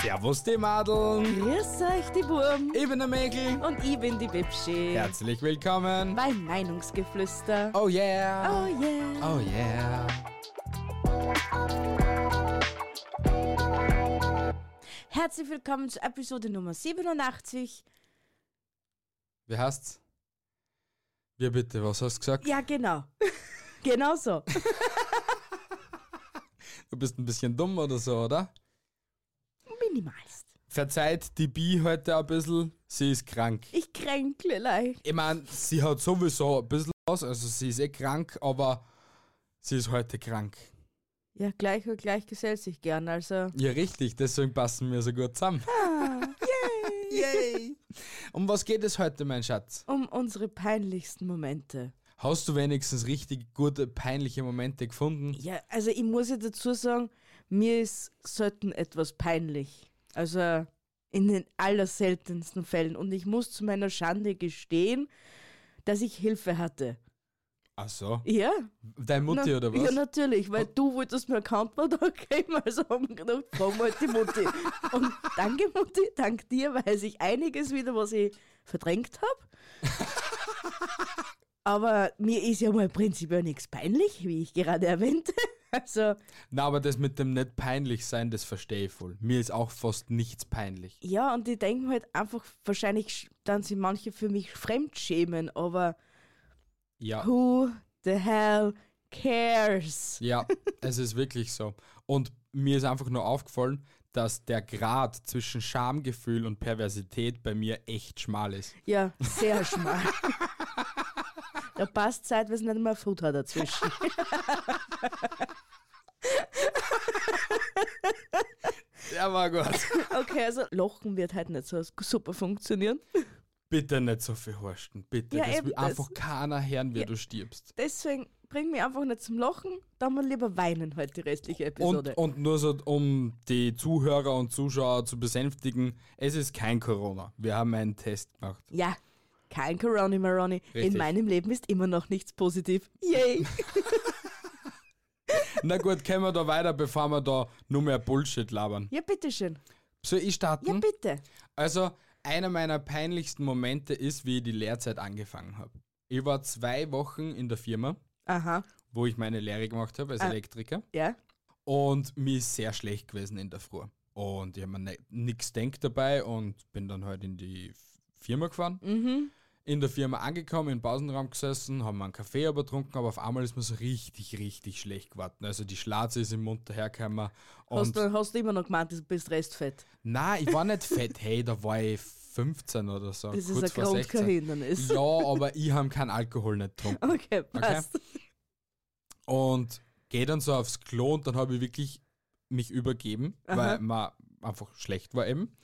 Servus die Madeln. Grüß euch, die Wurm. Ich bin der Mäkel. Und ich bin die Bibschi. Herzlich willkommen. Bei Meinungsgeflüster. Oh yeah. Oh yeah. Oh yeah. oh. Herzlich willkommen zu Episode Nummer 87. Wie heißt's? Wir bitte, was hast du gesagt? Ja, genau. genau so. Du bist ein bisschen dumm oder so, oder? Minimalst. Verzeiht die Bi heute ein bisschen. Sie ist krank. Ich kränkle leicht. Ich meine, sie hat sowieso ein bisschen aus, also sie ist eh krank, aber sie ist heute krank. Ja, gleich und gleich gesellt sich gern, also. Ja, richtig, deswegen passen wir so gut zusammen. Ah. Yay! Um was geht es heute, mein Schatz? Um unsere peinlichsten Momente. Hast du wenigstens richtig gute, peinliche Momente gefunden? Ja, also ich muss ja dazu sagen, mir ist selten etwas peinlich. Also in den allerseltensten Fällen. Und ich muss zu meiner Schande gestehen, dass ich Hilfe hatte. Ach so. Ja. Deine Mutti na- oder was? Oh. Ja, natürlich, weil du wolltest mir einen Countdown da geben, also haben wir gedacht, fragen wir halt die Mutti. Und danke Mutti, dank dir weiß ich einiges wieder, was ich verdrängt habe. Aber mir ist ja mal prinzipiell nichts peinlich, wie ich gerade erwähnte. Also, Na, aber das mit dem nicht peinlich sein, das verstehe ich voll. Mir ist auch fast nichts peinlich. ja, und ich denke halt einfach, wahrscheinlich sch- dann sind manche für mich fremdschämen, aber Ja. who the hell cares? Ja, es ist wirklich so. Und mir ist einfach nur aufgefallen, dass der Grad zwischen Schamgefühl und Perversität bei mir echt schmal ist. Ja, sehr schmal. da passt zeitweise nicht mehr Futter dazwischen. Ja, war gut. Okay, also Lochen wird halt nicht so super funktionieren. Bitte nicht so viel horsten, bitte. Ja, das eben will das. einfach keiner hören, wie du stirbst. Deswegen bring mich einfach nicht zum Lochen, da mal lieber weinen heute die restliche Episode. Und, und nur so, um die Zuhörer und Zuschauer zu besänftigen, es ist kein Corona. Wir haben einen Test gemacht. ja, kein Corona mehr, Ronny. In Richtig. meinem Leben ist immer noch nichts positiv. Yay! Na gut, können wir da weiter, bevor wir da nur mehr Bullshit labern. Ja, bitteschön. Soll ich starten? Ja, bitte. Also, einer meiner peinlichsten Momente ist, wie ich die Lehrzeit angefangen habe. Ich war zwei Wochen in der Firma, Aha, wo ich meine Lehre gemacht habe als Ah. Elektriker ja. und mir ist sehr schlecht gewesen in der Früh. Und ich habe mir nichts denkt dabei und bin dann halt in die F- Firma gefahren. Mhm. In der Firma angekommen, im Pausenraum gesessen, haben einen Kaffee übertrunken, aber auf einmal ist mir so richtig, richtig schlecht geworden. Also die Schlaze ist im Mund dahergekommen. Hast Und du, hast du immer noch gemeint, du bist restfett? Nein, ich war nicht fett. Hey, da war ich 15 oder so. Das ist kurz ein vor Grund, kein 16. Hindernis. Ja, aber ich habe keinen Alkohol nicht getrunken. Okay, passt. Und gehe dann so aufs Klo und dann habe ich wirklich mich übergeben, weil man einfach schlecht war eben.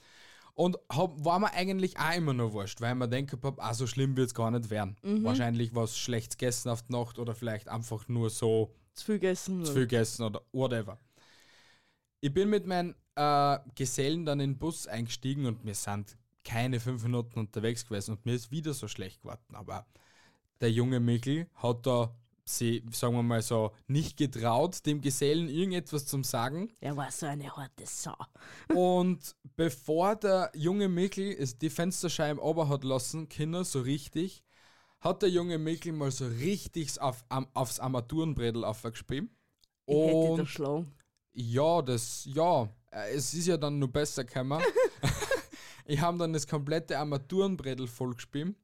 Und hab, war mir eigentlich auch immer nur wurscht, weil man denkt, ah, so schlimm wird es gar nicht werden. Mhm. Wahrscheinlich was schlecht gegessen auf die Nacht oder vielleicht einfach nur so Zu viel gegessen. zu viel gegessen oder whatever. Ich bin mit meinen äh, Gesellen dann in den Bus eingestiegen und wir sind keine fünf Minuten unterwegs gewesen und mir ist wieder so schlecht geworden. Aber der junge Michel hat da, sie, sagen wir mal so, nicht getraut, dem Gesellen irgendetwas zum Sagen. Er war so eine harte Sau. Und bevor der junge Michel es die Fensterscheiben ober hat lassen, Kinder, so richtig, hat der junge Michel mal so richtig auf, am, aufs Armaturenbrettel aufgespielt. Ich hätte da Und schlagen. ja, das, ja, äh, es ist ja dann nur besser gekommen. ich habe dann das komplette Armaturenbrettel vollgespielt.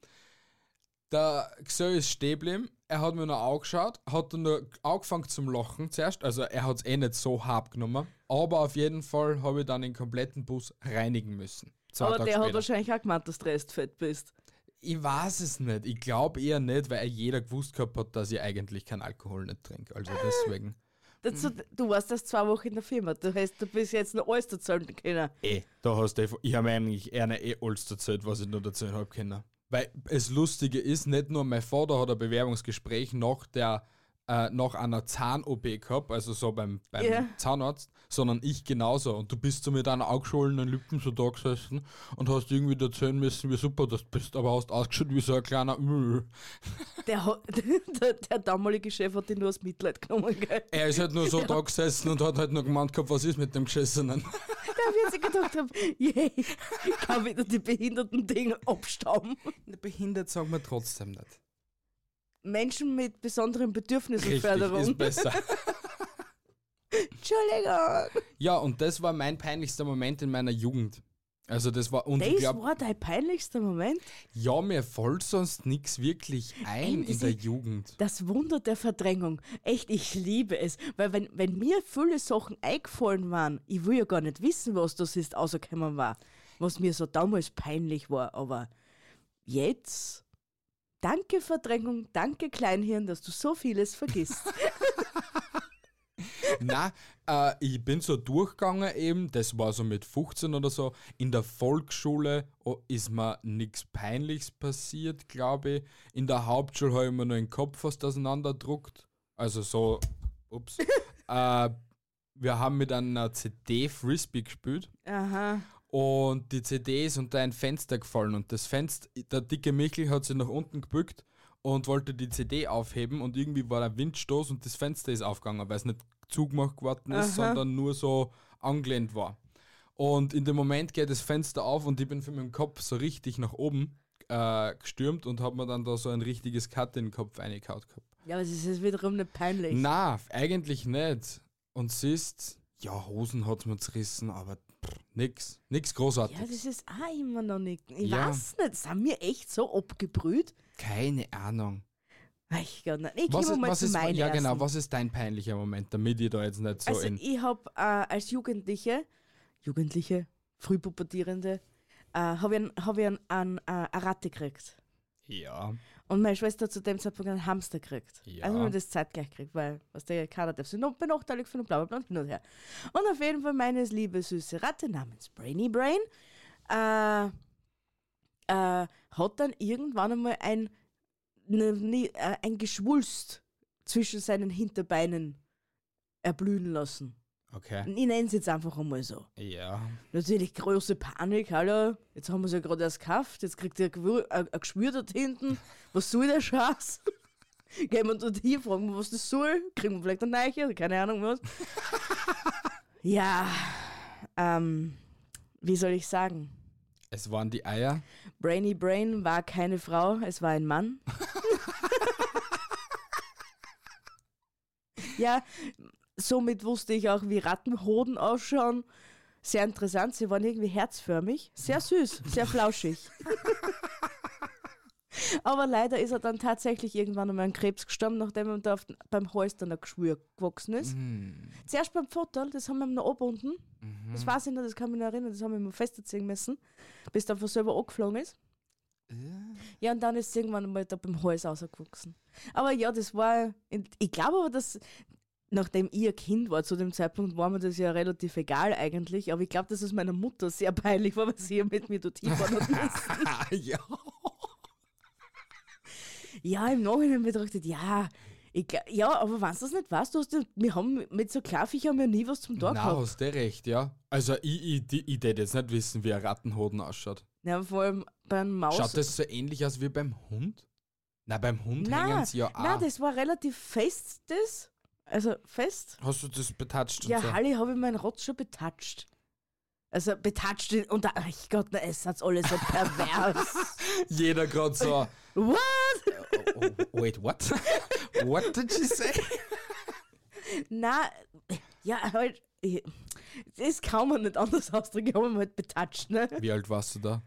Der Xö ist stehen geblieben, er hat mir noch angeschaut, hat dann nur angefangen zum Lachen zuerst, also er hat es eh nicht so hart genommen, aber auf jeden Fall habe ich dann den kompletten Bus reinigen müssen. Zwei Aber Tage der hat später. wahrscheinlich auch gemeint, dass du restfett bist. Ich weiß es nicht, ich glaube eher nicht, weil jeder gewusst gehabt hat, dass ich eigentlich keinen Alkohol nicht trinke, Ah. also deswegen. Dazu, Mhm. Du warst erst zwei Wochen in der Firma. Du hast du bist jetzt noch alles erzählen können. Eh, da hast du, eh- ich habe eigentlich eher eh alles erzählt, was ich noch erzählen habe können. Weil es Lustige ist, nicht nur mein Vater hat ein Bewerbungsgespräch nach der äh, äh, nach einer Zahn-OP gehabt, also so beim, beim Ja. Zahnarzt, sondern ich genauso. Und du bist so mit einer angeschwollenen Lippen so da gesessen und hast irgendwie erzählen müssen, wie super das bist, aber hast ausgeschaut wie so ein kleiner Müll. Der, hat- der, der damalige Chef hat ihn nur aus Mitleid genommen, gell? Er ist halt nur so da gesessen und hat halt nur gemeint gehabt, was ist mit dem Geschissenen. Da wird sich gedacht haben, yay, ich kann wieder die behinderten Dinge abstauben. Behindert sagen wir trotzdem nicht. Menschen mit besonderen Bedürfnissen Richtig, ist Förderung. besser. Entschuldigung. Ja, und das war mein peinlichster Moment in meiner Jugend. Also das war, und ich Das glaube, war dein peinlichster Moment. ja, mir fällt sonst nichts wirklich ein Ey, das in der ist- Jugend. Das Wunder der Verdrängung. Echt, ich liebe es. Weil wenn, wenn mir viele Sachen eingefallen waren, ich will ja gar nicht wissen, was das ist, außerkommen war. Was mir so damals peinlich war. Aber jetzt, danke Verdrängung, danke Kleinhirn, dass du so vieles vergisst. Nein, äh, ich bin so durchgegangen eben, das war so mit 15 oder so. In der Volksschule oh, ist mir nichts Peinliches passiert, glaube ich. In der Hauptschule habe ich mir nur den Kopf fast auseinanderdruckt. Also so, ups. äh, wir haben mit einer CD Frisbee gespielt. Aha. Und die CD ist unter ein Fenster gefallen und das Fenster, der dicke Michel hat sie nach unten gebückt und wollte die CD aufheben und irgendwie war der Windstoß und das Fenster ist aufgegangen, weil es nicht zugemacht geworden ist, Aha. sondern nur so angelehnt war. Und in dem Moment geht das Fenster auf und ich bin von meinem Kopf so richtig nach oben äh, gestürmt und habe mir dann da so ein richtiges Cut in den Kopf reingehaut gehabt. Ja, aber es ist jetzt wiederum nicht peinlich. Na, eigentlich nicht. Und siehst, ja, Hosen hat mir zerrissen, aber pff, nix, nix großartig. Ja, das ist auch immer noch nicht. Ich Ja. weiß nicht, sind wir echt so abgebrüht? Keine Ahnung. Ach, Ich, kann nicht. ich Was komme ist, mal was zu ist, meinen ja, genau. ersten. Was ist dein peinlicher Moment, damit ich da jetzt nicht so also in. ich habe äh, als Jugendliche, Jugendliche, Frühpubertierende, äh, habe ich, einen- hab ich einen, einen äh, eine Ratte gekriegt. Ja. Und meine Schwester hat zu dem Zeitpunkt einen Hamster gekriegt. Ja. Also haben wir das zeitgleich gekriegt, weil was der Kader darf sind noch benachteiligt von bla bla bla und hin und her. Und auf jeden Fall meine liebe süße Ratte namens Brainy Brain äh, äh, hat dann irgendwann einmal ein, ne, ni- äh, ein Geschwulst zwischen seinen Hinterbeinen erblühen lassen. Okay. Ich nenne es jetzt einfach einmal so. Ja. Natürlich große Panik, hallo, jetzt haben wir es ja gerade erst gekauft, jetzt kriegt ihr ein Gewür- ein ein Geschwür dort hinten, was soll der Scheiß? Gehen wir dort hin, fragen wir, was das soll, kriegen wir vielleicht eine Neiche oder keine Ahnung was. ja, ähm, wie soll ich sagen? Es waren die Eier. Brainy Brain war keine Frau, es war ein Mann. ja, somit wusste ich auch, wie Rattenhoden ausschauen. Sehr interessant, sie waren irgendwie herzförmig, sehr süß, sehr flauschig. Aber leider ist er dann tatsächlich irgendwann einmal an Krebs gestorben, nachdem ihm da auf, den- beim Hals dann ein Geschwür gewachsen ist. Hm. Zuerst beim Foto, das haben wir ihm noch abunten. Das weiß ich noch, das kann ich mich noch erinnern, das haben wir ihm festziehen müssen, bis der von selber angeflogen ist. Ja, und dann ist es irgendwann mal da beim Hals rausgewachsen. Aber ja, das war, ich glaube aber, dass, nachdem ich ein Kind war zu dem Zeitpunkt, war mir das ja relativ egal eigentlich, aber ich glaube, dass es meiner Mutter sehr peinlich war, weil sie ja mit mir dort hinfahren hat müssen. ja. Ja, im Nachhinein betrachtet, ja. Ich, glaub- ja, aber wenn du das nicht weißt, du hast, ja- wir haben mit so Klaffig haben wir nie was zum Tag Na, gehabt. hast du recht, ja. Also, ich, ich, die- ich tät jetzt nicht wissen, wie ein Rattenhoden ausschaut. Ja, vor allem bei einem Maus. Schaut das so ähnlich aus wie beim Hund? Na, beim Hund hängen Nein, sie ja auch. nein, das war relativ fest, das. Also fest. Hast du das betatscht? und Ja, halt. so? Halli, habe ich meinen Rotz schon betatscht. Also betatscht ihn und da, ach Gott, na, es hat alles so pervers. Jeder gerade so. What? Oh, oh, wait, what? what did she say? Na, ja, halt, ich- das kann man nicht anders ausdrücken, haben wir halt betatscht, ne? Wie alt warst du da?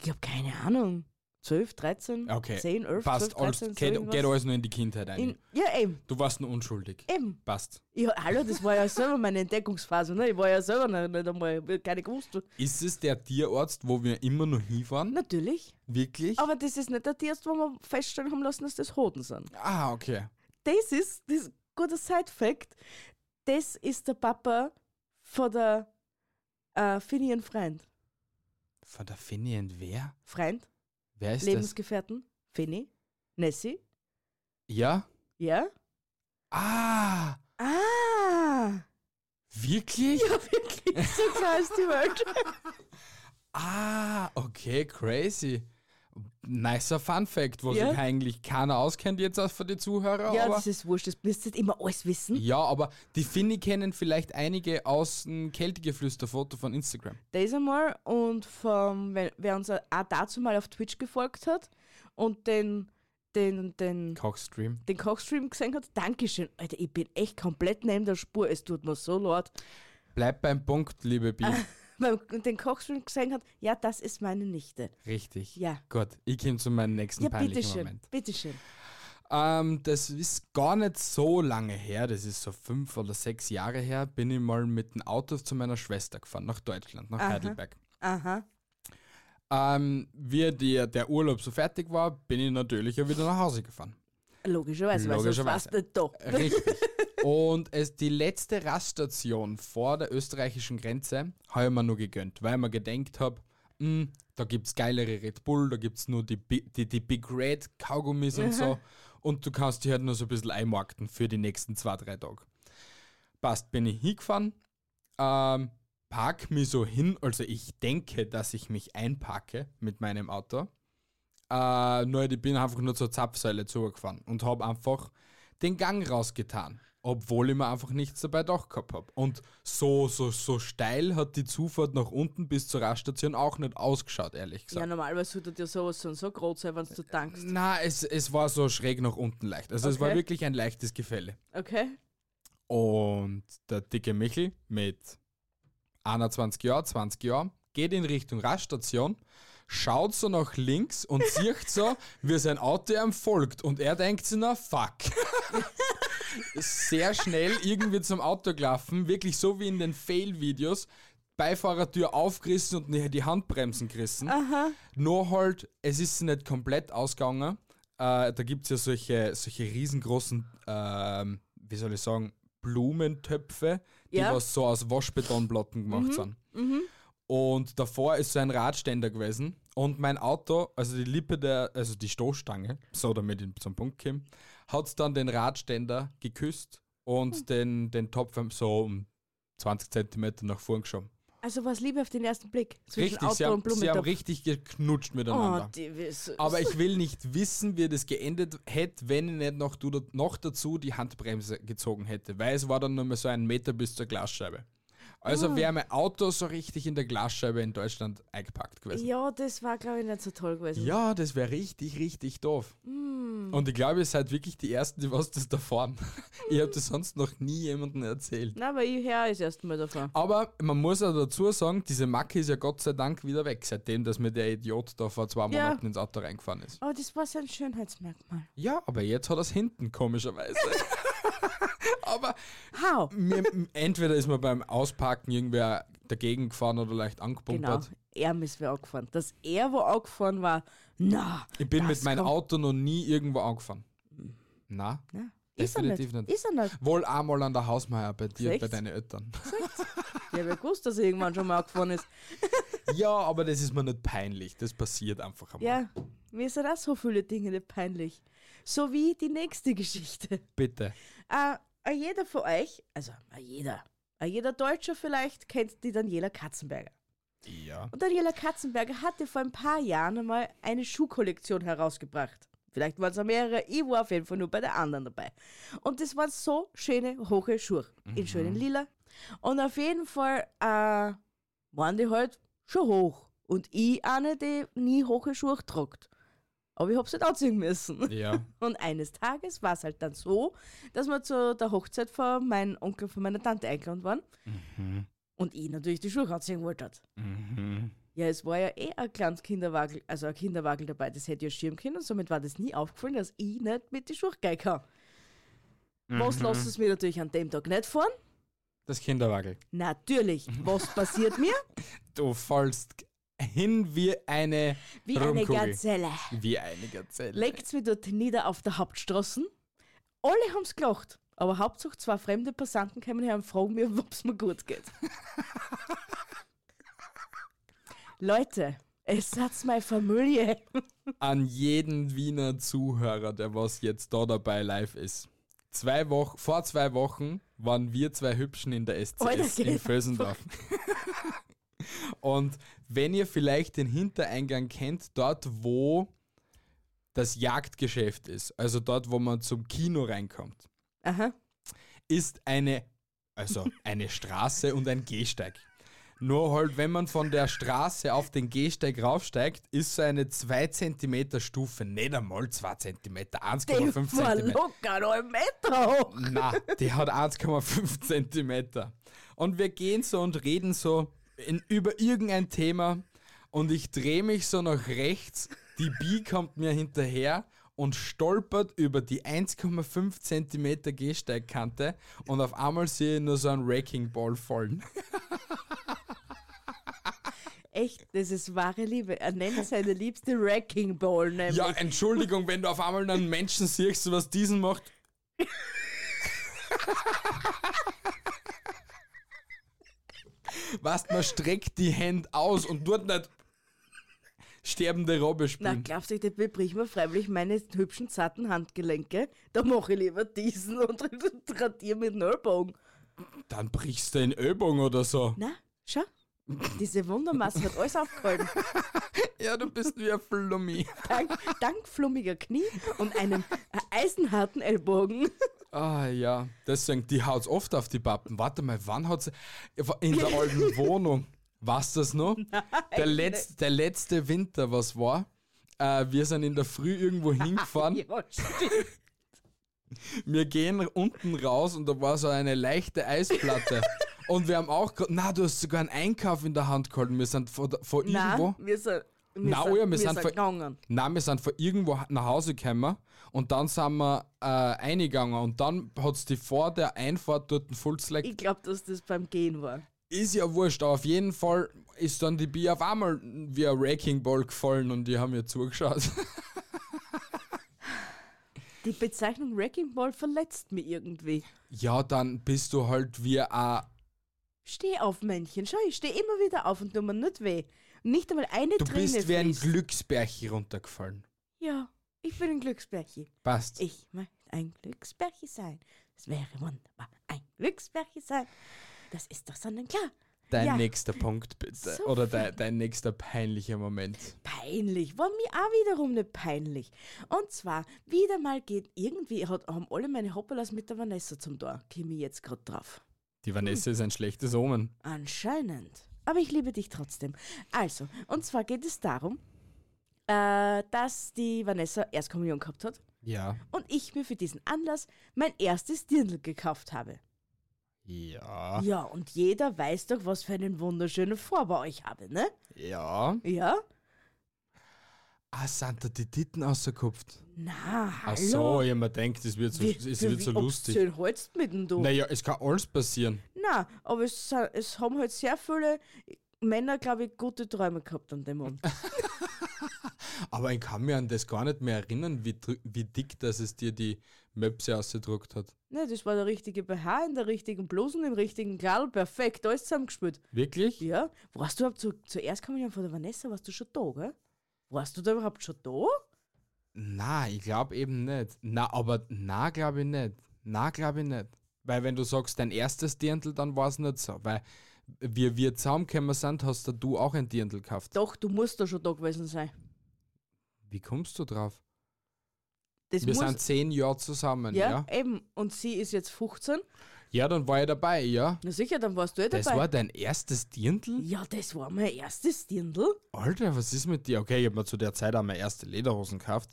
Ich habe keine Ahnung. 12, 13, Okay. 10, 11, Passt, 12, alles, 13, so geht, irgendwas. geht alles nur in die Kindheit ein. In, ja, eben, du warst nur unschuldig. eben. Passt. Ja, hallo, das war ja selber meine Entdeckungsphase, ne? Ich war ja selber noch nicht einmal, keine gewusst. Ist es der Tierarzt, wo wir immer noch hinfahren? Natürlich. Wirklich? Aber das ist nicht der Tierarzt, wo wir feststellen haben lassen, dass das Hoden sind. ah, okay. das ist, das ist ein guter Side-Fact, das ist der Papa von der äh, Finny und Freund. Von der Finny und wer? Freund, Wer ist das? Lebensgefährten, Finny, Nessie, Ja? ja, Ah, Ah! wirklich? Ja, wirklich, so klar ist die Welt. Ah, okay, crazy. Nicer Fun Fact, wo Ja. sich eigentlich keiner auskennt jetzt auch für die Zuhörer. Ja, aber Mhm. das ist wurscht, das müsst ihr immer alles wissen. ja, aber die Finni kennen vielleicht einige aus dem Kältegeflüster-Foto von Instagram. Das einmal und vom, wer wer uns auch dazu mal auf Twitch gefolgt hat und den, den, den, Cockstream. den Kochstream gesehen hat, Dankeschön. Alter, ich bin echt komplett neben der Spur, es tut mir so leid. Bleib beim Punkt, liebe Bi. Ah. Weil man den Kochstream gesehen hat, ja, das ist meine Nichte. Richtig. Ja. Gut, ich komme zu meinem nächsten Ja, peinlichen bitteschön, Moment. bitteschön. Ähm, das ist gar nicht so lange her, das ist so fünf oder sechs Jahre her, bin ich mal mit dem Auto zu meiner Schwester gefahren, nach Deutschland, nach Aha. Heidelberg. Aha. Ähm, wie der, der Urlaub so fertig war, bin ich natürlich ja wieder nach Hause gefahren. Logischerweise, weil sonst Logischerweise. warst du nicht da. Richtig. Und es, die letzte Raststation vor der österreichischen Grenze habe ich mir nur gegönnt, weil ich mir gedenkt habe, da gibt es geilere Red Bull, da gibt es nur die, Bi- die, die Big Red Kaugummis und so. Und du kannst dich halt nur so ein bisschen einmarkten für die nächsten zwei, drei Tage. Passt, bin ich hingefahren, ähm, park mich so hin, also ich denke, dass ich mich einpacke mit meinem Auto. Äh, nur ich bin einfach nur zur Zapfsäule zugefahren und habe einfach den Gang rausgetan, obwohl ich mir einfach nichts dabei doch gehabt habe. Und so, so, so steil hat die Zufahrt nach unten bis zur Raststation auch nicht ausgeschaut, ehrlich Ja, gesagt. normalerweise sollte dir sowas so und so groß sein, wenn Äh, du tankst. Na, es, es war so schräg nach unten leicht. Also es Okay. war wirklich ein leichtes Gefälle. Okay? Und der dicke Michel mit 21 Jahren, 20 Jahren, geht in Richtung Raststation, schaut so nach links und sieht so, wie sein Auto ihm folgt. Und er denkt sich, na fuck. Sehr schnell irgendwie zum Auto gelaufen, wirklich so wie in den Fail-Videos. Beifahrertür aufgerissen und die- die Handbremsen gerissen. Nur halt, es ist nicht komplett ausgegangen. Äh, da gibt es ja solche, solche riesengroßen, ähm, wie soll ich sagen, Blumentöpfe, die Ja. was so aus Waschbetonplatten gemacht sind. Und davor ist so ein Radständer gewesen. Und mein Auto, also die Lippe der, also die Stoßstange, so damit ich zum Punkt komme, hat dann den Radständer geküsst und Hm. den, den Topf so um 20 cm nach vorn geschoben. Also was Liebe auf den ersten Blick zwischen richtig, Auto sie haben, und sie haben Blumentopf. richtig geknutscht miteinander. Oh, die, wie so- Aber ich will nicht wissen, wie das geendet hätte, wenn ich nicht noch, du, noch dazu die Handbremse gezogen hätte, weil es war dann nur mehr so ein Meter bis zur Glasscheibe. Also Ah. wäre mein Auto so richtig in der Glasscheibe in Deutschland eingepackt gewesen. Ja, ja, das war glaube ich nicht so toll gewesen. das wäre richtig, richtig doof. Hm. Und ich glaube, ihr seid wirklich die Ersten, die was das da fahren. ich habe das sonst noch nie jemandem erzählt. Na, aber ich höre das erste Mal davon. Aber man muss auch dazu sagen, diese Macke ist ja Gott sei Dank wieder weg, seitdem dass mir der Idiot da vor zwei Ja. Monaten ins Auto reingefahren ist. Aber das war sein Schönheitsmerkmal. Ja, aber jetzt hat er es hinten, komischerweise. aber How? mir, entweder ist man beim Ausparken irgendwer dagegen gefahren oder leicht angepumpt Genau, hat. er ist mir angefahren. Dass er wo angefahren war, na. Ich bin das mit meinem kommt- Hm. Auto noch nie irgendwo angefahren. Na? Na, ist er Definitiv nicht. nicht. Ist er nicht. Wohl einmal an der Hausmeier bei dir, Echt? bei deinen Eltern. Ich habe ja gewusst, dass er irgendwann schon mal angefahren ist. ja, aber das ist mir nicht peinlich. Das passiert einfach einmal. Ja, mir sind auch so viele Dinge nicht peinlich. So wie die nächste Geschichte. Bitte. Äh, äh, jeder von euch, also äh, jeder, äh, jeder Deutscher vielleicht, kennt die Daniela Katzenberger. Ja. Und Daniela Katzenberger hatte vor ein paar Jahren einmal eine Schuhkollektion herausgebracht. Vielleicht waren es auch mehrere, ich war auf jeden Fall nur bei der anderen dabei. Und das waren so schöne, hohe Schuhe in schönen Lila. Und auf jeden Fall äh, waren die halt schon hoch. Und ich eine, die nie hohe Schuhe tragt. Aber ich habe sie halt anziehen müssen. Ja. Und eines Tages war es halt dann so, dass wir zu der Hochzeit von meinem Onkel und von meiner Tante eingeladen waren. Und ich natürlich die Schuhe anziehen wollte. hat. mhm. Ja, es war ja eh ein kleines Kinderwagel, also ein Kinderwagel dabei, das hätte ja schirmen können, somit war das nie aufgefallen, dass ich nicht mit die Schuhe gehen kann. Was lasst es mir natürlich an dem Tag nicht fahren? Das Kinderwagel. Natürlich. Was passiert mir? Du fallst hin wie eine Wie eine Rumkugel. Gazelle. Wie eine Gazelle. Legt's mir dort nieder auf der Hauptstraße. Alle haben's gelacht. Aber Hauptsache zwei fremde Passanten kamen her und fragen mir, ob's mir gut geht. Leute, es hat's meine Familie. an jeden Wiener Zuhörer, der was jetzt da dabei live ist. zwei Wochen, vor zwei Wochen waren wir zwei Hübschen in der SCS Alter, geh in Vösendorf. Und wenn ihr vielleicht den Hintereingang kennt, dort wo das Jagdgeschäft ist, also dort wo man zum Kino reinkommt, Aha. ist eine, also eine Straße und ein Gehsteig. Nur halt, wenn man von der Straße auf den Gehsteig raufsteigt, ist so eine 2 cm Stufe, nicht einmal 2 cm, Den 1,5 war cm. locker einen Meter hoch. Na, die hat 1,5 Zentimeter. Und wir gehen so und reden so in, über irgendein Thema und ich drehe mich so nach rechts, die Bi kommt mir hinterher und stolpert über die 1,5 Zentimeter Gehsteigkante und auf einmal sehe ich nur so einen Wrecking Ball fallen. Echt, das ist wahre Liebe. Er nennt seine liebste Wrecking Ball nämlich. Ja, Entschuldigung, wenn du auf einmal einen Menschen siehst, was diesen macht. Weißt, man streckt die Hände aus und dort nicht sterbende Robbe Na, spielen. glaubst du, ich brich mir freiwillig meine hübschen, zarten Handgelenke? Da mache ich lieber diesen und radiere mit dem Ellbogen. Dann brichst du in Übung oder so. Na, schau. Diese Wundermasse hat alles aufgehalten. Ja, du bist wie ein Flummi. Dank, dank flummiger Knie und einem äh, eisenharten Ellbogen. Ah ja, deswegen, die haut's oft auf die Pappen. Warte mal, wann hat's... In der alten Wohnung. Warst das noch? der, letzte, der letzte Winter, was war? Äh, wir sind in der Früh irgendwo hingefahren. Ja, stimmt. Wir gehen unten raus und da war so eine leichte Eisplatte. und wir haben auch... ge- Na, du hast sogar einen Einkauf in der Hand gehalten. Wir sind vor, vor Nein, irgendwo... wir sind, wir Na, sind, oh ja, wir sind ver- gegangen. Nein, wir sind von irgendwo nach Hause gekommen und dann sind wir äh, eingegangen und dann hat's die vor der Einfahrt dort einen Fullslack Ich glaube, dass das beim Gehen war. Ist ja wurscht, aber auf jeden Fall ist dann die Bier auf einmal wie ein Wrecking Ball gefallen und die haben mir zugeschaut. Die Bezeichnung Wrecking Ball verletzt mich irgendwie. ja, dann bist du halt wie ein. Steh auf, Männchen. Schau, ich stehe immer wieder auf und tu mir nicht weh. Nicht einmal eine Du Träne bist wie ein fließt. Glücksbärchen runtergefallen. Ja, ich bin ein Glücksbärchen. Passt. Ich möchte ein Glücksbärchen sein. Das wäre wunderbar. Ein Glücksbärchen sein. Das ist doch sonnenklar. Dein ja. nächster Punkt bitte. So Oder dein, dein nächster peinlicher Moment. Peinlich. War mir auch wiederum nicht peinlich. Und zwar, wieder mal geht irgendwie, hat, haben alle meine Hoppelas mit der Vanessa zum Tor. Käme ich jetzt gerade drauf. Die Vanessa ist ein schlechtes Omen. Anscheinend. Aber ich liebe dich trotzdem. Also, und zwar geht es darum, äh, dass die Vanessa Erstkommunion gehabt hat Ja. und ich mir für diesen Anlass mein erstes Dirndl gekauft habe. Ja. Ja, und jeder weiß doch, was für einen wunderschönen Vorbau ich habe, ne? Ja. Ja? Ah, sind da die Titten ausgekopft? Na, hallo. Ach so, ja, man denkt, es wird so, Wie- es für wird wie so lustig. obszön hältst du mit denn du? Naja, es kann alles passieren. Na, aber es, sa- es haben halt sehr viele Männer, glaube ich, gute Träume gehabt an dem Abend. Aber ich kann mir an das gar nicht mehr erinnern, wie, drü- wie dick dass es dir die Möpse ausgedruckt hat. ne, das war der richtige BH in der richtigen Blusen, im richtigen Kleid, perfekt, alles zusammengespielt. Wirklich? Ja, warst du überhaupt zu, zuerst kam ich von der Vanessa, warst du schon da, gell? Warst du da überhaupt schon da? Na, ich glaube eben nicht. Na, aber na, glaube ich nicht. Na, glaube ich nicht. Weil wenn du sagst, dein erstes Dirndl, dann war es nicht so. Weil wir, wir zusammengekommen sind, hast da du auch ein Dirndl gekauft. Doch, du musst da schon da gewesen sein. Wie kommst du drauf? Das wir muss, sind zehn Jahre zusammen, ja, ja? Ja, eben. Und sie ist jetzt 15. dann war ich dabei, ja? Na sicher, dann warst du eh dabei. Das war dein erstes Dirndl? ja, das war mein erstes Dirndl. Alter, was ist mit dir? Okay, ich habe mir zu der Zeit auch meine erste Lederhosen gekauft.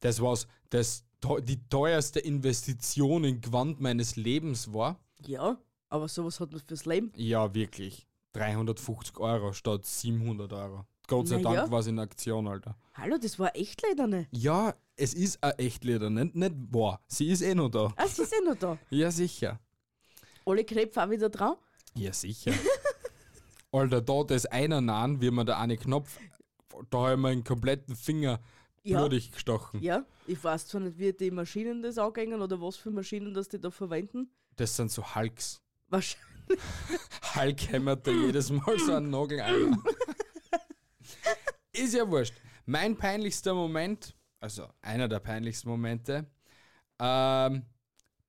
Das war das, teu- die teuerste Investition in Gewand meines Lebens war. Ja, aber sowas hat man fürs Leben. Ja, wirklich. 350 Euro statt 700 Euro. Gott sei Na Dank ja. war es in Aktion, Alter. Hallo, das war echt lederne. Ja, es ist ein Echtleder, nicht, nicht wahr. Sie ist eh noch da. Ah, sie sind noch da. Ja, sicher. Alle Knöpfe auch wieder dran. Ja, sicher. Alter, da das einer nahen, wie man da einen Knopf, da habe ich meinen kompletten Finger Ja. blutig gestochen. Ja, ich weiß zwar nicht, wie die Maschinen das angehen oder was für Maschinen das die da verwenden. Das sind so Hulks. Wahrscheinlich. Hulk hämmert da jedes Mal so einen Nagel ein. Ist ja wurscht. Mein peinlichster Moment, also einer der peinlichsten Momente, ähm,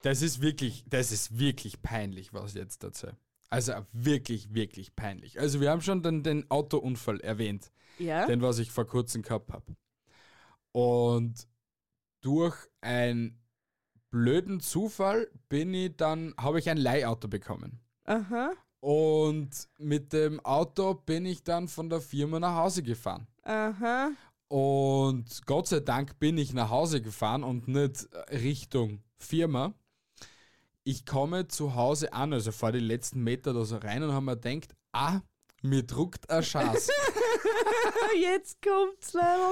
Das ist wirklich, das ist wirklich peinlich, was jetzt dazu. Also wirklich, wirklich peinlich. Also wir haben schon den, den Autounfall erwähnt, Ja? den was ich vor kurzem gehabt habe. Und durch einen blöden Zufall bin ich dann, habe ich ein Leihauto bekommen. Aha. Und mit dem Auto bin ich dann von der Firma nach Hause gefahren. Aha. Und Gott sei Dank bin ich nach Hause gefahren und nicht Richtung Firma. Ich komme zu Hause an, also vor die letzten Meter da so rein und habe mir gedacht, ah, mir druckt ein Schatz. Ah, Jetzt kommt's leider.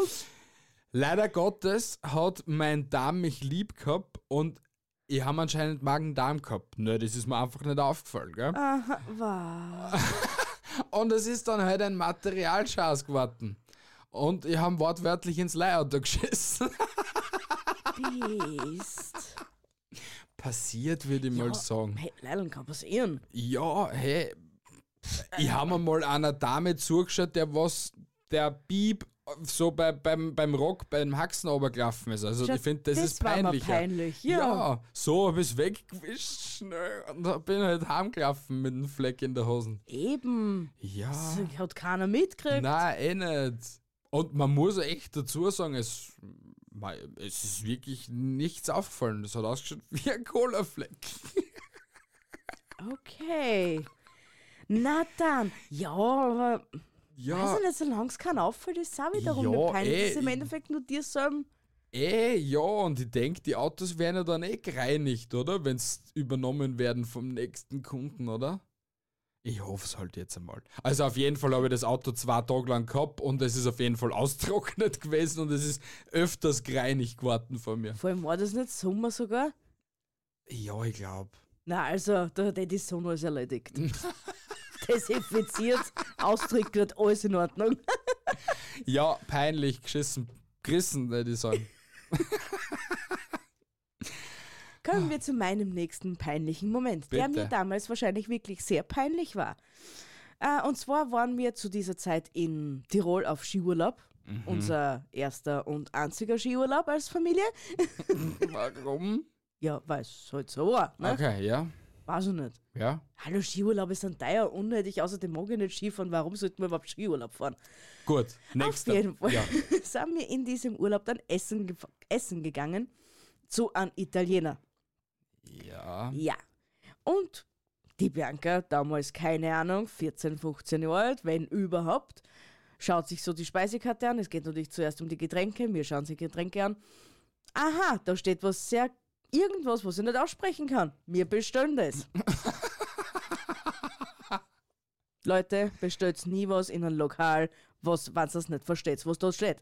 Leider Gottes hat mein Darm mich lieb gehabt und ich habe anscheinend Magen-Darm gehabt. Nö, das ist mir einfach nicht aufgefallen, gell? Aha. Wow. Und es ist dann halt ein Materialschaß geworden. Und ich habe wortwörtlich ins Leihauto geschissen. Bist. Passiert, würde ich mal sagen. Hey, Leider kann passieren. Ja, hey, ich habe mir mal einer Dame zugeschaut, der was, der Bieb so bei, beim, beim Rock, beim Haxen runtergelaufen ist. Also Schau, ich finde, das, das ist war mir peinlicher. peinlich, ja. so habe ich es weggewischt schnell und da bin halt heimgelaufen mit einem Fleck in der Hosen. Eben. Ja, Das hat keiner mitgekriegt. nein, eh nicht. Und man muss echt dazu sagen, es, mei, es ist wirklich nichts aufgefallen. Das hat ausgeschaut wie ein Cola-Fleck. Okay. Na dann. Ja, aber Ja. weiß ich nicht, solange es keinen auffällt, ist es auch wiederum Ja, nicht peinlich. Das eh, ist im ich- Endeffekt nur dir selben. Eh, ja, und ich denke, die Autos werden ja dann eh gereinigt, oder? Wenn sie übernommen werden vom nächsten Kunden, oder? Ich hoffe es halt jetzt einmal. Also auf jeden Fall habe ich das Auto zwei Tage lang gehabt und es ist auf jeden Fall austrocknet gewesen und es ist öfters gereinigt geworden von mir. Vor allem war das nicht Sommer sogar. Ja, ich glaube. Na, also, da hat eh die Sonne alles erledigt. Desinfiziert, austrocknet, alles in Ordnung. Ja, peinlich, geschissen, gerissen, würde ich sagen. Kommen wir zu meinem nächsten peinlichen Moment, der Bitte. mir damals wahrscheinlich wirklich sehr peinlich war. Äh, und zwar waren wir zu dieser Zeit in Tirol auf Skiurlaub. Mhm. Unser erster und einziger Skiurlaub als Familie. Warum? Ja, weil es halt so war. Ne? Okay, ja, Weiß ich nicht. ja. Hallo, Skiurlaube sind teuer, unnötig, außerdem mag ich nicht Skifahren. Warum sollten wir überhaupt Skiurlaub fahren? Gut, nächster. Auf jeden Fall Ja. sind wir in diesem Urlaub dann essen, gef- essen gegangen zu einem Italiener. ja. Ja. Und die Bianca, damals keine Ahnung, 14, 15 Jahre alt, wenn überhaupt, schaut sich so die Speisekarte an. Es geht natürlich zuerst um die Getränke. Wir schauen sich Getränke an. Aha, da steht was sehr, irgendwas, was ich nicht aussprechen kann. Wir bestellen das. Leute, bestellt nie was in ein Lokal, was, wenn ihr es nicht versteht, was dort steht.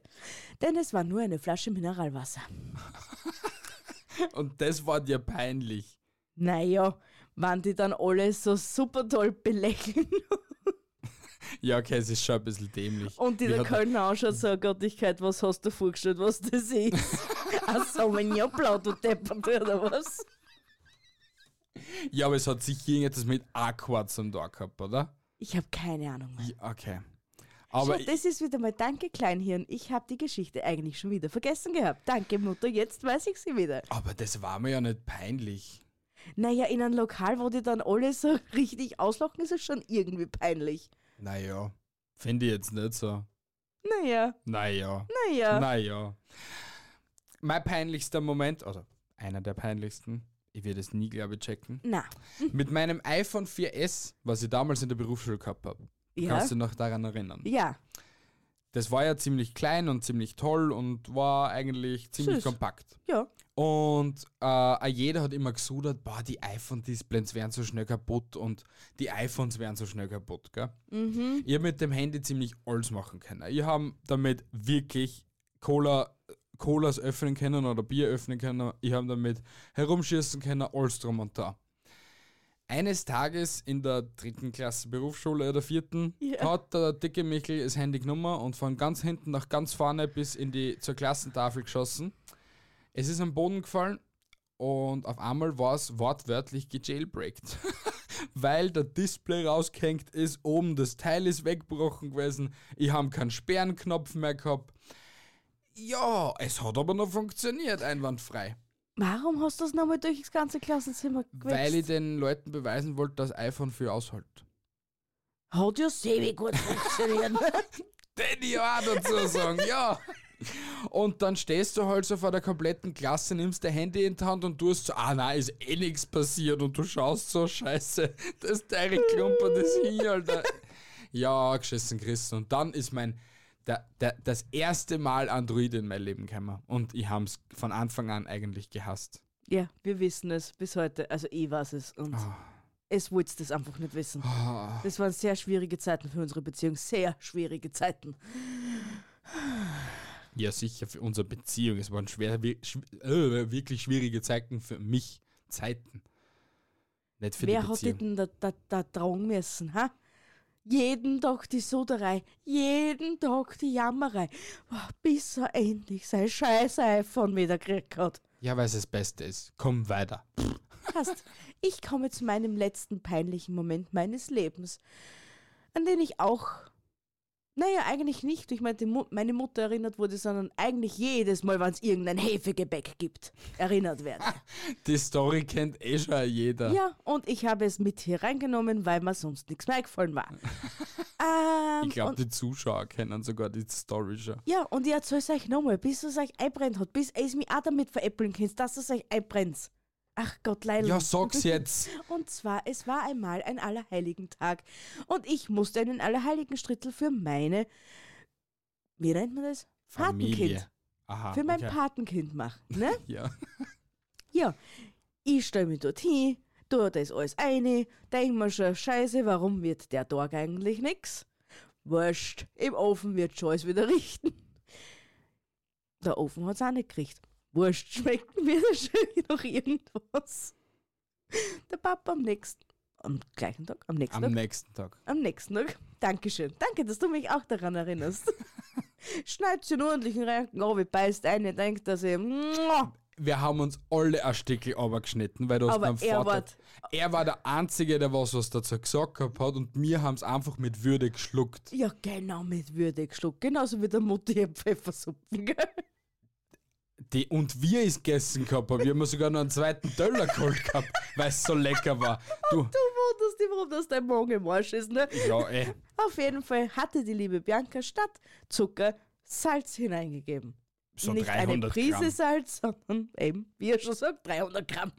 Denn es war nur eine Flasche Mineralwasser. Und das war dir peinlich. Naja, waren die dann alle so super toll belächeln Ja, okay, es ist schon ein bisschen dämlich. und die Mir der hat- Kölner anschaut, so, Gottigkeit, was hast du vorgestellt, was das ist? Ein Sauvignon Blau, du Deppert, oder was? Ja, aber es hat sicher irgendetwas mit Aqua zum Tor gehabt, oder? Ich habe keine Ahnung mehr. Ja, okay. Aber Schau, das ist wieder mal Danke, Kleinhirn. Ich habe die Geschichte eigentlich schon wieder vergessen gehabt. Danke, Mutter, jetzt weiß ich sie wieder. aber das war mir ja nicht peinlich. Naja, in einem Lokal, wo die dann alle so richtig auslachen, ist es schon irgendwie peinlich. Naja, finde ich jetzt nicht so. Naja, Naja, naja. naja. Mein peinlichster Moment, oder einer der peinlichsten, ich werde es nie, glaube ich, checken. Na, Mit meinem iPhone 4S, was ich damals in der Berufsschule gehabt habe. ja. Kannst du noch daran erinnern? Ja, Das war ja ziemlich klein und ziemlich toll und war eigentlich ziemlich Süß. kompakt. ja. Und äh, auch jeder hat immer gesudert, boah, die iPhone-Displays werden so schnell kaputt und die iPhones werden so schnell kaputt, gell? Mhm. Ich hab mit dem Handy ziemlich alles machen können. Ich habe damit wirklich Cola, Colas öffnen können oder Bier öffnen können. Ich habe damit herumschießen können, alles drum und da. Eines Tages in der dritten Klasse Berufsschule oder vierten Ja. hat der dicke Michel das Handy genommen und von ganz hinten nach ganz vorne bis in die zur Klassentafel geschossen. Es ist am Boden gefallen und auf einmal war es wortwörtlich gejailbreakt, weil der Display rausgehängt ist, oben das Teil ist weggebrochen gewesen, ich habe keinen Sperrenknopf mehr gehabt. Ja, es hat aber noch funktioniert, einwandfrei. Warum hast du das nochmal durch das ganze Klassenzimmer Weil ich gewechselt? den Leuten beweisen wollte, dass iPhone viel aushält. Hat ja semi gut funktioniert. Den ich auch dazu sagen, ja. Und dann stehst du halt so vor der kompletten Klasse, nimmst dein Handy in die Hand und tust so, ah nein, ist eh nichts passiert und du schaust so, scheiße, das teure Klumpert ist hier, Alter. halt Ja, geschissen Christen. Und dann ist mein, der, der, das erste Mal Android in mein Leben gekommen. Und ich hab's von Anfang an eigentlich gehasst. ja, wir wissen es bis heute. Also ich weiß es und es wollte das einfach nicht wissen. Ah. Das waren sehr schwierige Zeiten für unsere Beziehung. Sehr schwierige Zeiten. Ja, sicher, für unsere Beziehung. Es waren schwer, wir- schw- äh, wirklich schwierige Zeiten für mich. Zeiten. Nicht für die Wer hat dich Beziehung. denn da, da, da tragen müssen? Ha? Jeden Tag die Suderei, jeden Tag die Jammerei, Boah, bis er endlich sein scheiß iPhone wieder gekriegt hat. ja, weil es das Beste ist. Komm weiter. Passt. Ich komme zu meinem letzten peinlichen Moment meines Lebens, an den ich auch, naja, eigentlich nicht durch meine, Mu meine Mutter erinnert wurde, sondern eigentlich jedes Mal, wenn es irgendein Hefegebäck gibt, erinnert werde. Die Story kennt eh schon jeder. Ja, und ich habe es mit hier reingenommen, weil mir sonst nichts mehr gefallen war. ähm, Ich glaube, und, die Zuschauer kennen sogar die Story schon. ja, und ich erzähle es euch nochmal, bis es euch einbrennt hat, bis es mich auch damit veräppeln könnt, dass es euch einbrennt. Ach Gott, leider. Ja, sag's jetzt. Und zwar, es war einmal ein Allerheiligen-Tag und ich musste einen Allerheiligenstrittel für meine, wie nennt man das? Patenkind. Familie. Aha. Für mein okay. Patenkind machen, ne? Ja. Ja, ich stelle mich dort hin, tu das alles eine, denk mir schon, scheiße, warum wird der Tag eigentlich nix? Wurscht, im Ofen wird schon alles wieder richten. Der Ofen hat's auch nicht gekriegt. Wurscht, schmeckt mir das schon noch irgendwas. Der Papa am nächsten, am gleichen Tag, am nächsten Am Tag, nächsten Tag. am nächsten Tag. Dankeschön. Danke, dass du mich auch daran erinnerst. Schneid's in ordentlichen Ranken, oh, wie beißt eine, denkt, dass ich, mm, Mua! Wir haben uns alle ein Stickel runtergeschnitten, weil du hast Aber keinen er Vorteil- wart- er war der Einzige, der was, was dazu gesagt gehabt hat und wir haben es einfach mit Würde geschluckt. Ja, genau, mit Würde geschluckt. Genauso wie der Mutti ihr Pfeffersuppen, gell? Die, und wir es gegessen gehabt haben. Wir haben sogar noch einen zweiten Döller geholt gehabt, weil es so lecker war. Du, Du wunderst dich, warum das dein Magen im Arsch ist, ne? ja, eh, ey. Auf jeden Fall hatte die liebe Bianca statt Zucker Salz hineingegeben. So Nicht eine 300 Prise Gramm. Salz, sondern eben, wie er schon sagt, 300 Gramm.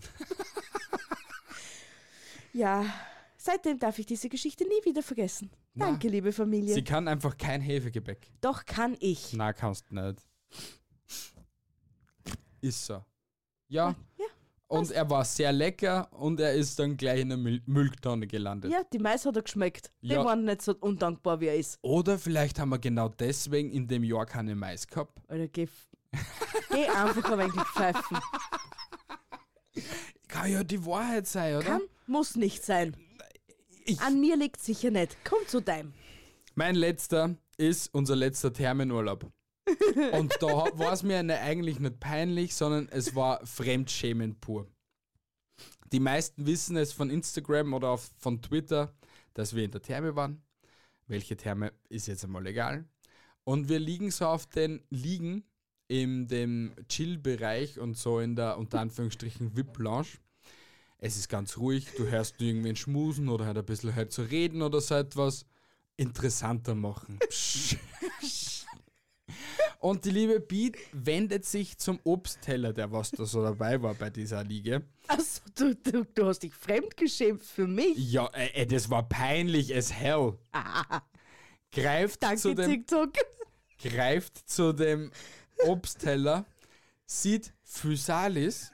ja, seitdem darf ich diese Geschichte nie wieder vergessen. Na. Danke, liebe Familie. Sie kann einfach kein Hefegebäck. Doch kann ich. Na, kannst nicht. Ist so. Ja. Ja, Und er war sehr lecker und er ist dann gleich in der Müll Mülltonne gelandet. Ja, die Mais hat er geschmeckt. Ja. Die waren nicht so undankbar, wie er ist. Oder vielleicht haben wir genau deswegen in dem Jahr keine Mais gehabt. Alter, geh, f- geh einfach ein wenig pfeifen. Kann ja die Wahrheit sein, oder? Kann, muss nicht sein. Ich- An mir liegt sicher nicht. Komm zu deinem. Mein letzter ist unser letzter Thermenurlaub. Und da war es mir ne- eigentlich nicht peinlich, sondern es war Fremdschämen pur. Die meisten wissen es von Instagram oder auf, von Twitter, dass wir in der Therme waren. Welche Therme ist jetzt einmal egal. Und wir liegen so auf den Liegen in dem Chill-Bereich und so in der unter Anführungsstrichen VIP-Lounge. Es ist ganz ruhig, du hörst nur irgendwen schmusen oder halt ein bisschen halt so reden oder so etwas interessanter machen. Psch. Und die liebe Beat wendet sich zum Obstteller, der was da so dabei war bei dieser Liege. Also, du, du, du hast dich fremdgeschämt für mich. Ja, äh, äh, das war peinlich as hell. Greift zu Danke, dem TikTok. greift zu dem Obstteller, sieht Physalis.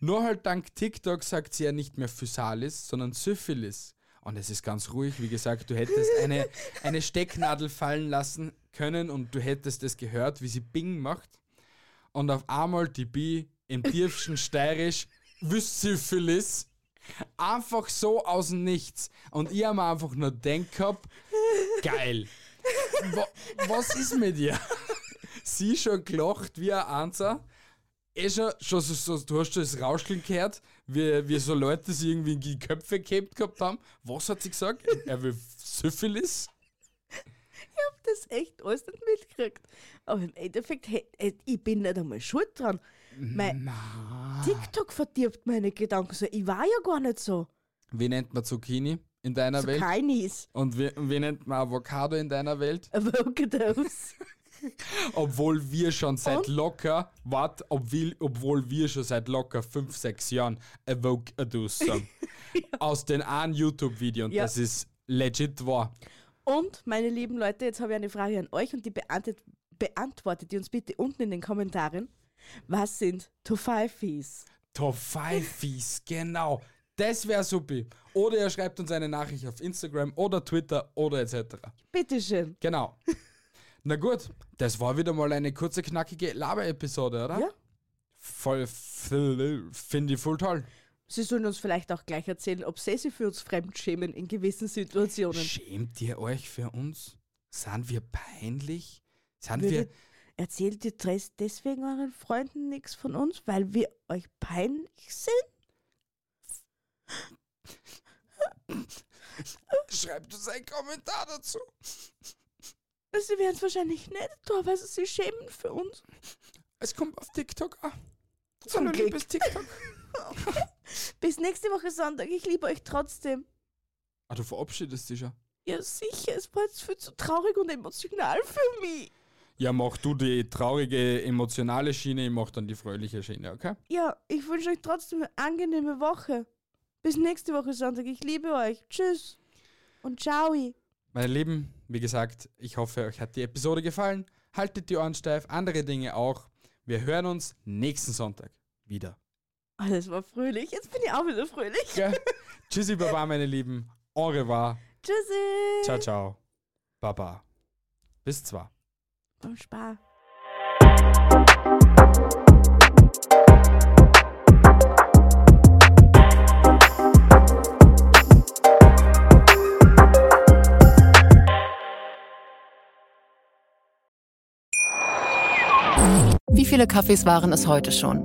Nur halt dank TikTok sagt sie ja nicht mehr Physalis, sondern Syphilis. Und es ist ganz ruhig, wie gesagt, du hättest eine, eine Stecknadel fallen lassen können und du hättest es gehört, wie sie Bing macht. Und auf einmal die Bi im tiefsten Steirisch, wüsst Syphilis. Einfach so aus dem Nichts. Und ich habe mir einfach nur gedacht, gehabt, geil. Wa- was ist mit dir? Sie schon gelacht wie ein Anzer. Eh schon, schon so, so, du hast schon das Rauscheln gehört, wie, wie so Leute sich irgendwie in die Köpfe gehabt gehabt haben. Was hat sie gesagt? Er will Syphilis? Ich hab das echt alles nicht mitgekriegt. Aber im Endeffekt, hey, hey, ich bin nicht einmal schuld dran. Mhm. Mein Na. TikTok verdirbt meine Gedanken so. Ich war ja gar nicht so. Wie nennt man Zucchini in deiner So Welt? Keinis. Und wie, wie nennt man Avocado in deiner Welt? Avocados. Obwohl wir schon seit Und? locker, wart, obwohl, obwohl wir schon seit locker 5, 6 Jahren Avocados sagen. Aus den einen YouTube-Video und Ja. das ist legit wahr. Und meine lieben Leute, jetzt habe ich eine Frage an euch und die beantwortet, beantwortet ihr uns bitte unten in den Kommentaren. Was sind to five fees Top 5 genau. Das wäre super. Oder ihr schreibt uns eine Nachricht auf Instagram oder Twitter oder etc. Bitteschön. Genau. Na gut, das war wieder mal eine kurze, knackige Laber-Episode, oder? Ja. Voll, voll finde ich voll toll. Sie sollen uns vielleicht auch gleich erzählen, ob sie sich für uns fremdschämen in gewissen Situationen. Schämt ihr euch für uns? Sind wir peinlich? Sind wir. Würdet, erzählt ihr tres- deswegen euren Freunden nichts von uns, weil wir euch peinlich sind? Schreibt uns einen Kommentar dazu. Sie werden es wahrscheinlich nicht tun, weil sie sich schämen für uns. Es kommt auf TikTok an. Zum Hallo, Glück. liebes TikTok. Bis nächste Woche Sonntag. Ich liebe euch trotzdem. ah, du verabschiedest dich ja. Ja, sicher. Es war jetzt viel zu traurig und emotional für mich. Ja, mach du die traurige, emotionale Schiene, ich mach dann die fröhliche Schiene, okay? Ja, ich wünsche euch trotzdem eine angenehme Woche. Bis nächste Woche Sonntag. Ich liebe euch. Tschüss. Und ciao. Meine Lieben, wie gesagt, ich hoffe, euch hat die Episode gefallen. Haltet die Ohren steif, andere Dinge auch. Wir hören uns nächsten Sonntag wieder. Oh, das war fröhlich. Jetzt bin ich auch wieder fröhlich. Gell? Tschüssi, Baba, meine Lieben. Au revoir. Tschüssi. Ciao, ciao. Baba. Bis zwar. Beim Spar. Wie viele Kaffees waren es heute schon?